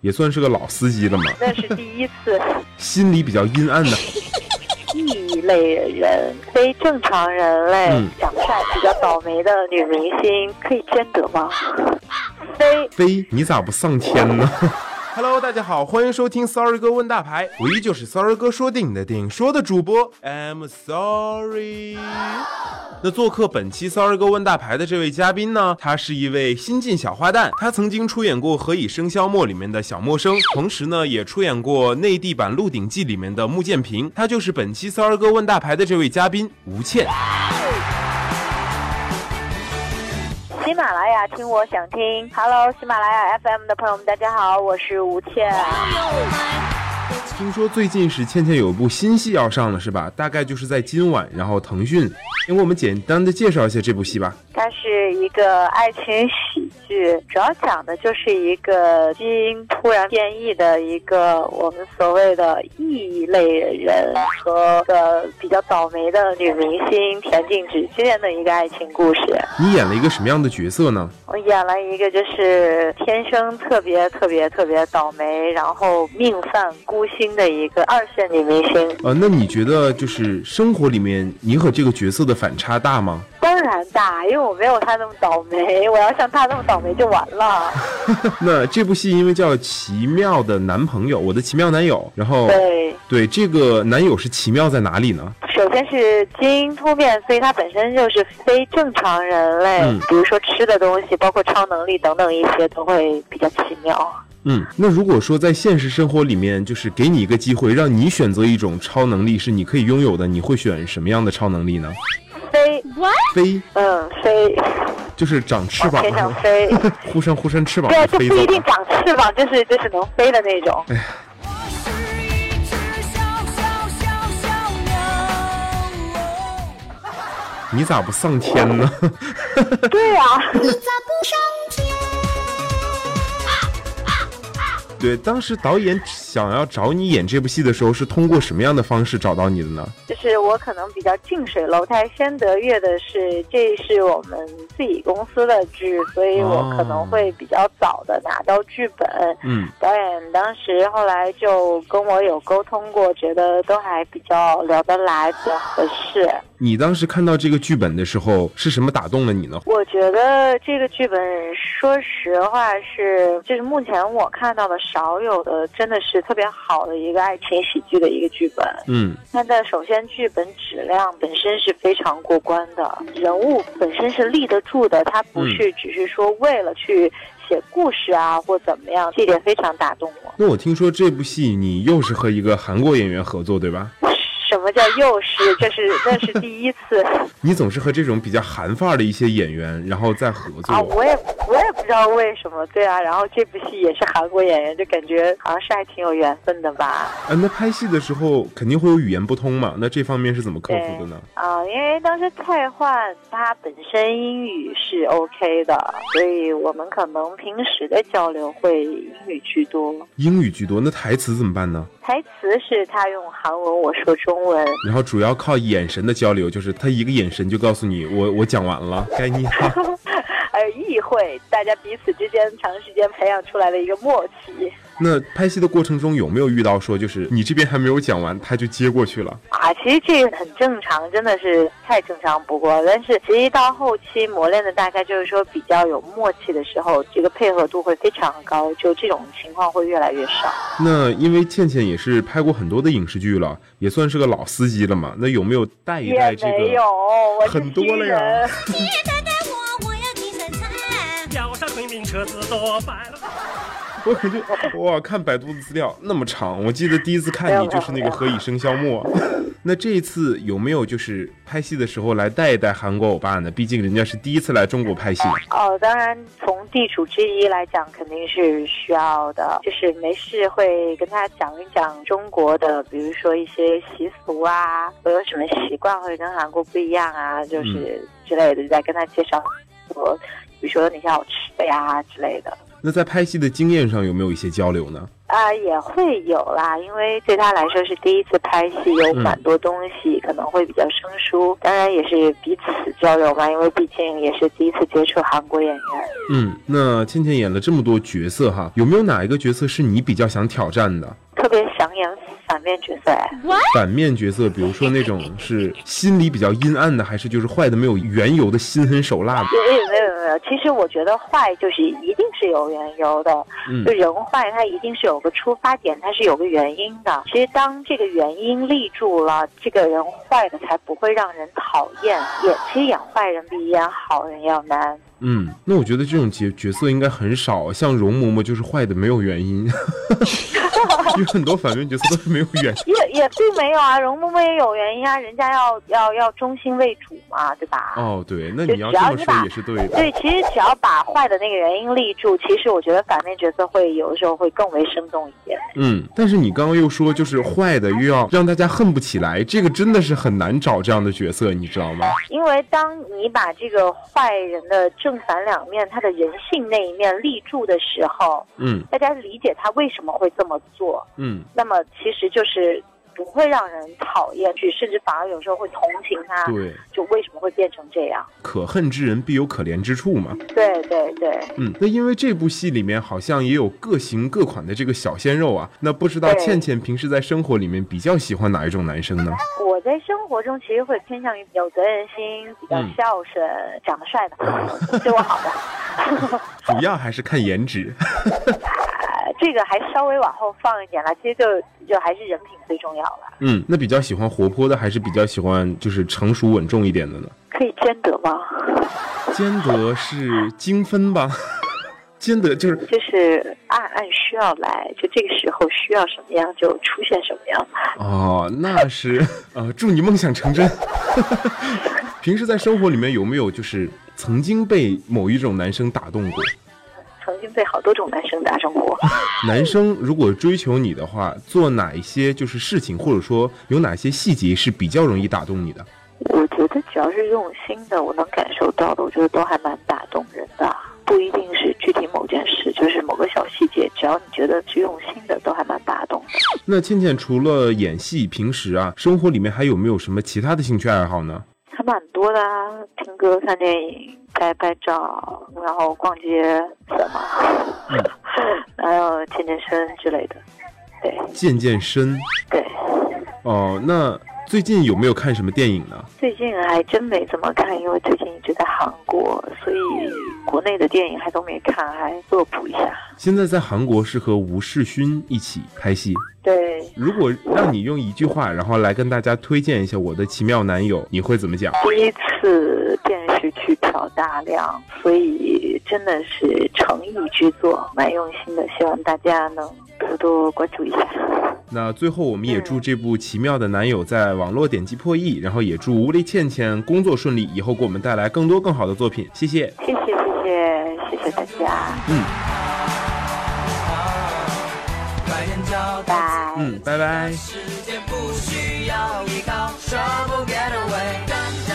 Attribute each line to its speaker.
Speaker 1: 也算是个老司机了嘛，
Speaker 2: 那是第一次。
Speaker 1: 心里比较阴暗的，
Speaker 2: 异类人，非正常人类，
Speaker 1: 嗯
Speaker 2: 长相比较倒霉的女明星，可以兼得吗？非
Speaker 1: 飞，你咋不上天呢 ？Hello，大家好，欢迎收听 Sorry 哥问大牌，我依旧是 Sorry 哥说电影的电影说的主播，I'm Sorry。那做客本期 Sorry 哥问大牌的这位嘉宾呢，他是一位新晋小花旦，他曾经出演过《何以笙箫默》里面的小默生，同时呢也出演过内地版《鹿鼎记》里面的穆剑平，他就是本期 Sorry 哥问大牌的这位嘉宾吴倩。
Speaker 2: 喜马拉雅听我想听，Hello，喜马拉雅 FM 的朋友们，大家好，我是吴倩。
Speaker 1: 听说最近是倩倩有部新戏要上了，是吧？大概就是在今晚，然后腾讯给我们简单的介绍一下这部戏吧。
Speaker 2: 它是一个爱情喜剧，主要讲的就是一个基因突然变异的一个我们所谓的异类人和个比较倒霉的女明星田径之间的一个爱情故事。
Speaker 1: 你演了一个什么样的角色呢？
Speaker 2: 我演了一个就是天生特别特别特别倒霉，然后命犯孤星的一个二线女明星。
Speaker 1: 呃，那你觉得就是生活里面你和这个角色的反差大吗？
Speaker 2: 当然大，因为我没有她那么倒霉，我要像她那么倒霉就完了。
Speaker 1: 那这部戏因为叫《奇妙的男朋友》，我的奇妙男友，然后
Speaker 2: 对，
Speaker 1: 对这个男友是奇妙在哪里呢？
Speaker 2: 首先是基因突变，所以它本身就是非正常人类，
Speaker 1: 嗯
Speaker 2: 比如说吃的东西，包括超能力等等一些都会比较奇妙。
Speaker 1: 嗯，那如果说在现实生活里面，就是给你一个机会，让你选择一种超能力是你可以拥有的，你会选什么样的超能力呢？
Speaker 2: 飞，
Speaker 1: 飞，
Speaker 2: 嗯，飞，
Speaker 1: 就是长翅
Speaker 2: 往
Speaker 1: 膀
Speaker 2: 天
Speaker 1: 是
Speaker 2: 上
Speaker 1: 吗？
Speaker 2: 飞，
Speaker 1: 忽闪忽闪翅膀
Speaker 2: 对，啊
Speaker 1: 就
Speaker 2: 就
Speaker 1: 飞
Speaker 2: 不
Speaker 1: 走
Speaker 2: 一定
Speaker 1: 了。
Speaker 2: 长翅膀，就是就是能飞的那种。
Speaker 3: 我是一只小小小小鸟，
Speaker 1: 你咋不上天 呢？
Speaker 2: 对啊，
Speaker 3: 你咋不上天？
Speaker 1: 对，当时导演想要找你演这部戏的时候，是通过什么样的方式找到你的呢？
Speaker 2: 就是我可能比较近水楼台先得月的是，这是我们自己公司的剧，所以我可能会比较早的拿到剧本。
Speaker 1: 嗯，
Speaker 2: 导演当时后来就跟我有沟通过，觉得都还比较聊得来，比较合适。
Speaker 1: 你当时看到这个剧本的时候，是什么打动了你呢？
Speaker 2: 我觉得这个剧本，说实话是，就是目前我看到的少有的，真的是特别好的一个爱情喜剧的一个剧本。
Speaker 1: 嗯，
Speaker 2: 它的首先剧本质量本身是非常过关的，人物本身是立得住的，它不是只是说为了去写故事啊、或怎么样，这一点非常打动我。
Speaker 1: 那我听说这部戏你又是和一个韩国演员合作，对吧？
Speaker 2: 什么叫又是？这是那是第一次
Speaker 1: 你总是和这种比较韩范儿的一些演员，然后再合
Speaker 2: 啊！
Speaker 1: 作。
Speaker 2: 我也我也不知道为什么，对啊。然后这部戏也是韩国演员，就感觉好像是还挺有缘分的吧。
Speaker 1: 啊，那拍戏的时候肯定会有语言不通嘛，那这方面是怎么克服的呢？
Speaker 2: 啊、因为当时蔡焕他本身英语是 OK 的，所以我们可能平时的交流会英语居多。
Speaker 1: 英语居多，那台词怎么办呢？
Speaker 2: 台词是他用韩文，我说中文。
Speaker 1: 然后主要靠眼神的交流，就是他一个眼神就告诉你，我我讲完了，该你 了。
Speaker 2: 还有意会，大家彼此之间长时间培养出来的一个默契
Speaker 1: 那拍戏的过程中有没有遇到说，就是你这边还没有讲完，他就接过去了？
Speaker 2: 啊，其实这个很正常，真的是太正常不过。但是其实到后期磨练的大概就是说比较有默契的时候，这个配合度会非常高，就这种情况会越来越少。
Speaker 1: 那因为倩倩也是拍过很多的影视剧了，也算是个老司机了嘛。那有没有带一
Speaker 2: 也
Speaker 1: 带这
Speaker 2: 没有
Speaker 1: 个？，
Speaker 2: 我是
Speaker 1: 很多了
Speaker 2: 新
Speaker 1: 呀
Speaker 2: 人。
Speaker 3: 你带带我，我要去参参。
Speaker 4: 脚上昆明车子多摆了。
Speaker 1: 我感觉 哇，看百度的资料那么长，我记得第一次看
Speaker 2: 没有
Speaker 1: 你就是那
Speaker 2: 没有
Speaker 1: 个《何以笙箫默》。 那这一次有没有就是拍戏的时候来带一带韩国欧巴呢？毕竟人家是第一次来中国拍戏。
Speaker 2: 哦，当然，从地处之谊来讲，肯定是需要的。就是没事会跟他讲一讲中国的，比如说一些习俗啊，我有什么习惯会跟韩国不一样啊，就是之类的，再跟他介绍我，比如说有哪些好吃的呀之类的。
Speaker 1: 那在拍戏的经验上有没有一些交流呢？
Speaker 2: 啊、也会有啦，因为对他来说是第一次拍戏，有
Speaker 1: 嗯
Speaker 2: 蛮多东西可能会比较生疏，当然也是彼此交流嘛，因为毕竟也是第一次接触韩国演员。
Speaker 1: 嗯，那倩倩演了这么多角色哈，有没有哪一个角色是你比较想挑战的？
Speaker 2: 特别想演反面角色哎，
Speaker 1: 反面角色，比如说那种是心里比较阴暗的，还是就是坏的没有缘由的，心狠手辣的？
Speaker 2: 没有没有没有，其实我觉得坏就是一定是有缘由的，
Speaker 1: 嗯
Speaker 2: 就人坏他一定是有个出发点，他是有个原因的。其实当这个原因立住了，这个人坏的才不会让人讨厌。演其实演坏人比演好人要难。
Speaker 1: 嗯，那我觉得这种角角色应该很少，像容嬷嬷就是坏的没有原因，有很多反面角色都是没有 原因。
Speaker 2: 也也并没有啊，容嬷嬷也有原因啊，人家要要要忠心为主嘛，对吧？
Speaker 1: 哦，对，那
Speaker 2: 就
Speaker 1: 你
Speaker 2: 只
Speaker 1: 要
Speaker 2: 要
Speaker 1: 这么
Speaker 2: 你
Speaker 1: 说
Speaker 2: 把
Speaker 1: 也是对的。
Speaker 2: 对，其实只要把坏的那个原因立住，其实我觉得反面角色会有的时候会更为生动一点。
Speaker 1: 嗯，但是你刚刚又说就是坏的，又要让大家恨不起来，这个真的是很难找这样的角色，你知道吗？
Speaker 2: 因为当你把这个坏人的正反两面，他的人性那一面立住的时候，
Speaker 1: 嗯
Speaker 2: 大家理解他为什么会这么做，
Speaker 1: 嗯
Speaker 2: 那么其实就是不会让人讨厌去，甚至反而有时候会同情他，
Speaker 1: 对，
Speaker 2: 就为什么会变成这样？
Speaker 1: 可恨之人必有可怜之处嘛。
Speaker 2: 对对对，
Speaker 1: 嗯，那因为这部戏里面好像也有各型各款的这个小鲜肉啊，那不知道
Speaker 2: 对
Speaker 1: 倩倩平时在生活里面比较喜欢哪一种男生呢？
Speaker 2: 我在生活中其实会偏向于有责任心、比较
Speaker 1: 嗯
Speaker 2: 孝顺、长得帅的，对我好的。
Speaker 1: 主要还是看颜值。
Speaker 2: 呃，这个还稍微往后放一点啦，其实就就还是人品最重要了。
Speaker 1: 嗯，那比较喜欢活泼的，还是比较喜欢就是成熟稳重一点的呢？
Speaker 2: 可以兼得吗？
Speaker 1: 兼得是精分吧， 兼得就是
Speaker 2: 就是按按需要来，就这个时候需要什么样就出现什么样。
Speaker 1: 哦，那是呃，祝你梦想成真。 平时在生活里面有没有就是曾经被某一种男生打动过？
Speaker 2: 曾经被好多种男生打中过，
Speaker 1: 男生如果追求你的话，做哪一些就是事情，或者说有哪些细节是比较容易打动你的？
Speaker 2: 我觉得只要是用心的，我能感受到的，我觉得都还蛮打动人的。不一定是具体某件事，就是某个小细节，只要你觉得是用心的，都还蛮打动的。
Speaker 1: 那倩倩除了演戏，平时啊，生活里面还有没有什么其他的兴趣爱好呢？
Speaker 2: 还蛮多的啊，听歌、看电影、拍拍照，然后逛街什么，还有健健身之类的。对
Speaker 1: 健健身
Speaker 2: 对，
Speaker 1: 哦。那最近有没有看什么电影呢？
Speaker 2: 最近还真没怎么看，因为最近一直在韩国，所以国内的电影还都没看，还恶补一下。
Speaker 1: 现在在韩国是和吴世勋一起拍戏。
Speaker 2: 对，
Speaker 1: 如果让你用一句话，然后来跟大家推荐一下我的奇妙男友，你会怎么讲？
Speaker 2: 第一次电视剧调大量，所以真的是诚意之作，蛮用心的，希望大家能多多关注一下。
Speaker 1: 那最后，我们也祝这部《奇妙的男友》在网络点击破亿，然后也祝吴丽倩倩工作顺利，以后给我们带来更多更好的作品。谢谢。
Speaker 2: 谢谢谢谢谢谢大家，
Speaker 5: 快点找到
Speaker 2: 拜拜。
Speaker 1: 嗯，拜拜。
Speaker 5: 世界不需要依靠，说不 get away。